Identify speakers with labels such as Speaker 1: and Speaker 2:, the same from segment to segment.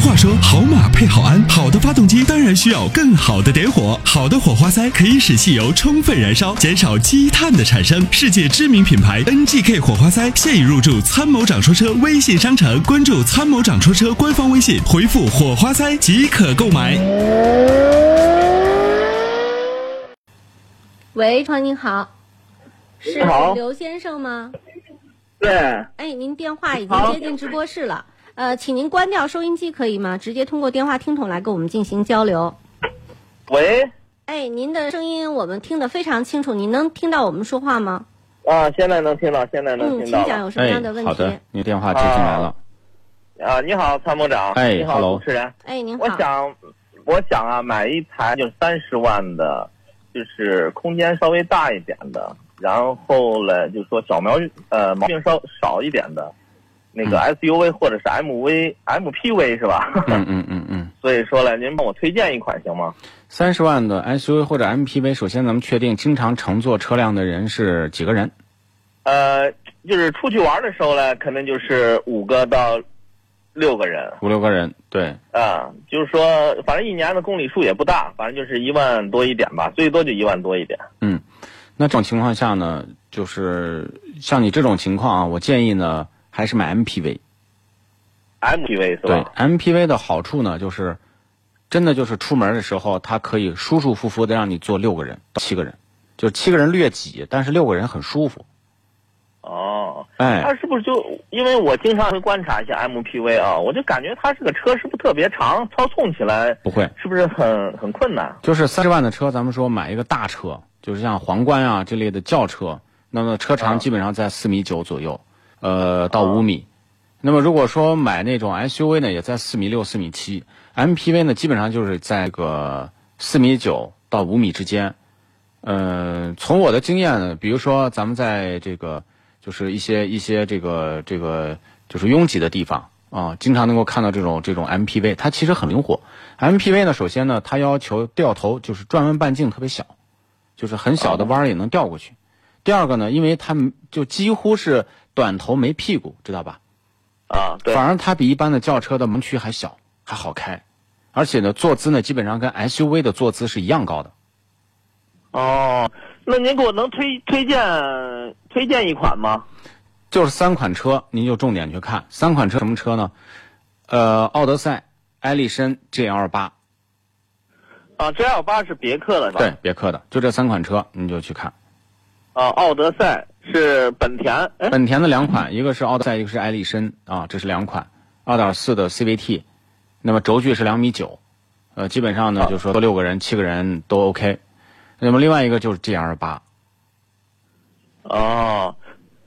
Speaker 1: 话说，好马配好鞍，好的发动机当然需要更好的点火。好的火花塞可以使汽油充分燃烧，减少积碳的产生。世界知名品牌 NGK 火花塞现已入驻参谋长说车微信商城，关注参谋长说车官方微信，回复“火花塞”即可购买。
Speaker 2: 喂，常您好，是
Speaker 3: 你好
Speaker 2: 刘先生吗？
Speaker 3: 对，
Speaker 2: 哎，您电话已经
Speaker 3: 好
Speaker 2: 接进直播室了，呃，请您关掉收音机可以吗？直接通过电话听筒来跟我们进行交流。
Speaker 3: 喂，
Speaker 2: 哎，您的声音我们听得非常清楚，您能听到我们说话吗？
Speaker 3: 啊，现在能听到，现在能
Speaker 2: 嗯，
Speaker 3: 听
Speaker 2: 请
Speaker 3: 到
Speaker 2: 讲
Speaker 3: 了。
Speaker 2: 有什么
Speaker 4: 哎
Speaker 2: 样，问
Speaker 4: 好
Speaker 2: 题？
Speaker 4: 的，您电话接进来了。
Speaker 3: 啊，你好，参谋长。
Speaker 4: 哎
Speaker 3: 你好
Speaker 4: hello
Speaker 3: 主持人。
Speaker 2: 哎，您好
Speaker 3: 我，想，我想啊，买一台就是三十万的，就是空间稍微大一点的，然后嘞，就说小毛呃毛病稍少一点的，那个 SUV 或者是 MV、MPV 是吧？
Speaker 4: 嗯嗯嗯嗯，
Speaker 3: 所以说嘞，您帮我推荐一款行吗？
Speaker 4: 三十万的 SUV 或者 MPV，首先咱们确定经常乘坐车辆的人是几个人？
Speaker 3: 呃，就是出去玩的时候嘞，可能就是五个到六个人。
Speaker 4: 五六个人。对，
Speaker 3: 啊，就是说，反正一年的公里数也不大，反正就是一万多一点吧，最多就一万多一点。
Speaker 4: 嗯，那这种情况下呢，就是像你这种情况啊，我建议呢还是买 MPV。
Speaker 3: MPV 是
Speaker 4: 对
Speaker 3: 吧？
Speaker 4: ，MPV 的好处呢，就是真的就是出门的时候，它可以舒舒服服的让你坐六个人、到七个人，就是七个人略挤，但是六个人很舒服。
Speaker 3: 哦，它
Speaker 4: 哎，
Speaker 3: 是不是就因为我经常会观察一些 MPV 啊，我就感觉它这个车是不是特别长，操控起来
Speaker 4: 不会，
Speaker 3: 是不是很很困难？
Speaker 4: 就是三十万的车，咱们说买一个大车，就是像皇冠啊这类的轿车，那么车
Speaker 3: 啊
Speaker 4: 长基本上在四米九左右，呃，到五米。那么如果说买那种 SUV 呢，也在四米六、四米七，MPV 呢基本上就是在这个四米九到五米之间。呃，从我的经验呢，比如说咱们在这个就是一些一些这个这个就是拥挤的地方啊，经常能够看到这种这种 MPV，它其实很灵活。MPV 呢，首先呢，它要求掉头就是转弯半径特别小，就是很小的弯儿也能掉过去。第二个呢，因为它们就几乎是短头没屁股，知道吧？
Speaker 3: 啊，对，
Speaker 4: 反而它比一般的轿车的盲区还小，还好开，而且呢，坐姿呢基本上跟 SUV 的坐姿是一样高的。
Speaker 3: 哦，那您给我能推推荐推荐一款吗？
Speaker 4: 就是三款车，您就重点去看三款车什么车呢？呃，奥德赛、艾力绅、GL 八，
Speaker 3: 啊，G L 八是别克的，是吧？
Speaker 4: 对，别克的，就这三款车，您就去看。
Speaker 3: 啊，奥德赛是本田，哎，
Speaker 4: 本田的两款，一个是奥德赛，一个是艾力绅啊，这是两款，二点四的 CVT，那么轴距是两米九，呃，基本上呢
Speaker 3: 啊
Speaker 4: 就是说六个人、七个人都 OK。那么另外一个就是 GL 八，
Speaker 3: 哦，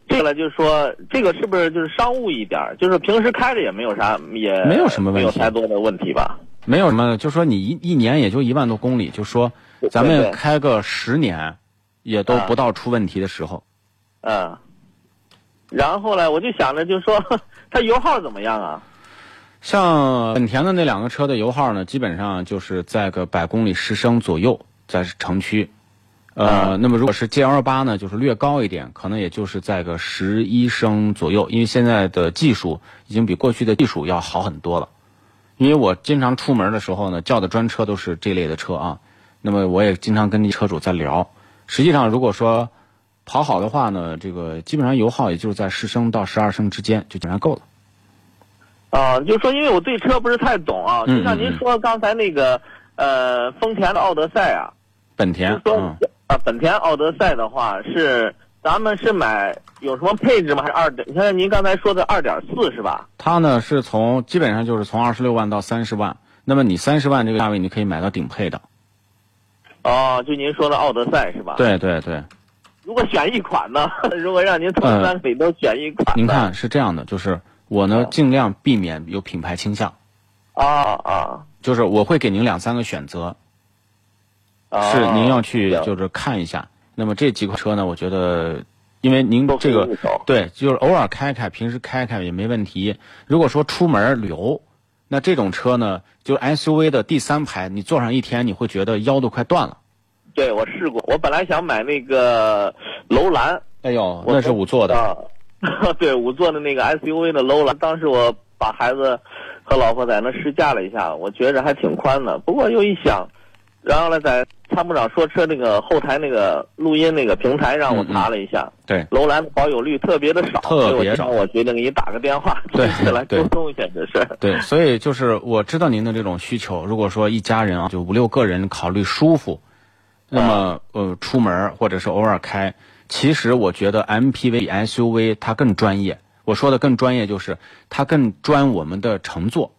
Speaker 3: 这个呢，就是说，这个是不是就是商务一点儿？就是平时开着也没有啥，也
Speaker 4: 没有什么问
Speaker 3: 没
Speaker 4: 题
Speaker 3: 有太多的问题吧？
Speaker 4: 没有什么，就说你一一年也就一万多公里，就说
Speaker 3: 对
Speaker 4: 咱
Speaker 3: 对
Speaker 4: 们
Speaker 3: 对
Speaker 4: 开个十年，也都
Speaker 3: 啊
Speaker 4: 不到出问题的时候。
Speaker 3: 嗯。然后呢，我就想着，就是说 它油耗怎么样啊？
Speaker 4: 像本田的那两个车的油耗呢，基本上就是在个百公里十升左右，在城区。呃，那么如果是 GL 八呢，就是略高一点，可能也就是在个十一升左右，因为现在的技术已经比过去的技术要好很多了。因为我经常出门的时候呢，叫的专车都是这类的车啊。那么我也经常跟车主在聊，实际上如果说跑好的话呢，这个基本上油耗也就是在十升到十二升之间，就基本上够了。
Speaker 3: 啊，就是说，因为我对车不是太懂啊，
Speaker 4: 嗯
Speaker 3: 就像您说刚才那个，呃，丰田的奥德赛啊，
Speaker 4: 本
Speaker 3: 就
Speaker 4: 田
Speaker 3: 是，说
Speaker 4: 嗯。
Speaker 3: 啊，本田奥德赛的话是咱们是买有什么配置吗？还是二点？像您刚才说的二点四是吧？
Speaker 4: 它呢是从基本上就是从二十六万到三十万，那么你三十万这个价位你可以买到顶配的。
Speaker 3: 哦，就您说的奥德赛是吧？
Speaker 4: 对对对，
Speaker 3: 如果选一款呢？ 如果让您从三里都选一款呢，
Speaker 4: 嗯您看是这样的，就是我呢
Speaker 3: 哦
Speaker 4: 尽量避免有品牌倾向，
Speaker 3: 啊啊
Speaker 4: 就是我会给您两三个选择，
Speaker 3: 啊！
Speaker 4: 是您要去
Speaker 3: 行
Speaker 4: 就是看一下。那么这几款车呢，我觉得，因为您
Speaker 3: 都可以
Speaker 4: 这个
Speaker 3: 入手
Speaker 4: 对，就是偶尔开开，平时开开也没问题。如果说出门旅游，那这种车呢，就是 SUV 的第三排，你坐上一天，你会觉得腰都快断了。
Speaker 3: 对我试过，我本来想买那个楼兰，
Speaker 4: 哎呦，
Speaker 3: 我
Speaker 4: 那是 五座的。
Speaker 3: 啊，对五座的那个 SUV 的楼兰，当时我把孩子和老婆在那试驾了一下，我觉着还挺宽的。不过又一想，然后呢，在参谋长说车那个后台那个录音那个平台上，我
Speaker 4: 嗯嗯
Speaker 3: 查了一下，
Speaker 4: 对
Speaker 3: 楼兰的保有率特别的少，
Speaker 4: 特别少
Speaker 3: 所以我今天我决定给你打个电话，
Speaker 4: 对
Speaker 3: 亲自来
Speaker 4: 对
Speaker 3: 沟通一下这事儿。
Speaker 4: 对，所以就是我知道您的这种需求。如果说一家人啊，就五六个人考虑舒服，那么呃，出门儿或者是偶尔开，其实我觉得 MPV 比 SUV 它更专业。我说的更专业就是它更专我们的乘坐。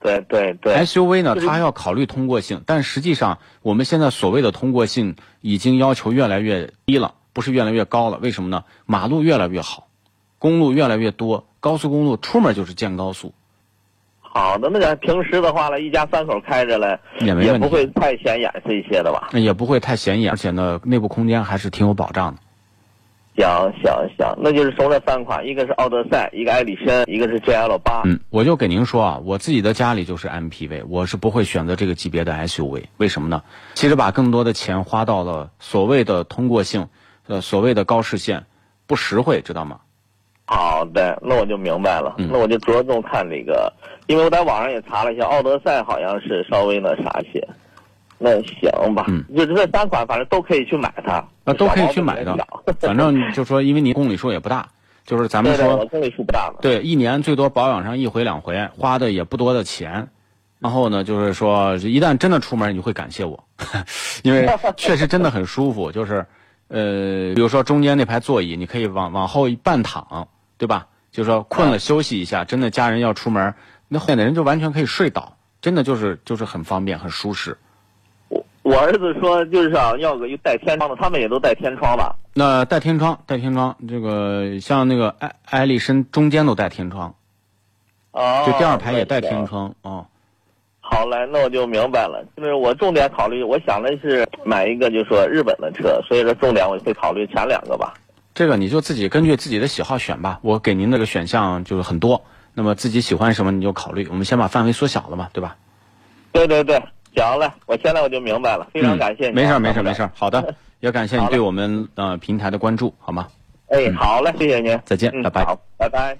Speaker 3: 对对对，
Speaker 4: SUV 呢，
Speaker 3: 就是
Speaker 4: 它还要考虑通过性，但实际上我们现在所谓的通过性已经要求越来越低了，不是越来越高了。为什么呢？马路越来越好，公路越来越多，高速公路出门就是建高速，
Speaker 3: 好的，那个平时的话呢，一家三口开着嘞，
Speaker 4: 也没
Speaker 3: 也
Speaker 4: 问
Speaker 3: 不
Speaker 4: 题，
Speaker 3: 会太显眼这些的吧？
Speaker 4: 那也不会太显眼，而且呢，内部空间还是挺有保障的。
Speaker 3: 行行行，那就是从这三款，一个是奥德赛，一个艾力绅，一个是 GL 八。
Speaker 4: 嗯，我就给您说啊，我自己的家里就是 MPV，我是不会选择这个级别的 SUV，为什么呢？其实把更多的钱花到了所谓的通过性，呃，所谓的高视线，不实惠，知道吗？
Speaker 3: 好的，那我就明白了，
Speaker 4: 嗯
Speaker 3: 那我就着重看这个，因为我在网上也查了一下，奥德赛好像是稍微那啥一些。那行吧，
Speaker 4: 嗯
Speaker 3: 就是这三款，反正都可以去买它，
Speaker 4: 啊，都可以去买
Speaker 3: 小毛
Speaker 4: 的
Speaker 3: 病也小
Speaker 4: 反正就说，因为您公里数也不大，就是咱们
Speaker 3: 对对，我
Speaker 4: 说，
Speaker 3: 公里数不大嘛。
Speaker 4: 对，一年最多保养上一回两回，花的也不多的钱。然后呢，就是说，一旦真的出门，你会感谢我， 因为确实真的很舒服。就是，呃，比如说中间那排座椅，你可以往往后一半躺，对吧？就是说困了休息一下，真的家人要出门，那后面的人就完全可以睡倒，真的就是就是很方便，很舒适。
Speaker 3: 我我儿子说就是啊，要个带天窗的，他们也都带天窗吧？
Speaker 4: 那带天窗，带天窗，这个像那个艾艾丽绅中间都带天窗，
Speaker 3: 哦，
Speaker 4: 就第二排也带
Speaker 3: 那行
Speaker 4: 天窗啊、
Speaker 3: 好嘞，那我就明白了。就是我重点考虑，我想的是买一个，就说日本的车，所以说重点我会考虑前两个吧。
Speaker 4: 这个你就自己根据自己的喜好选吧。我给您这个选项就是很多，那么自己喜欢什么你就考虑。我们先把范围缩小了嘛，对吧？
Speaker 3: 对对对，行嘞，我现在我就明白了，非常感谢你、啊
Speaker 4: 没事儿嗯没事儿没事
Speaker 3: 儿。
Speaker 4: 儿，好的，也感谢你
Speaker 3: 好嘞
Speaker 4: 对我们呃平台的关注，好吗？
Speaker 3: 哎，好嘞，谢谢您，
Speaker 4: 再见
Speaker 3: 嗯
Speaker 4: 拜拜
Speaker 3: 好，拜拜。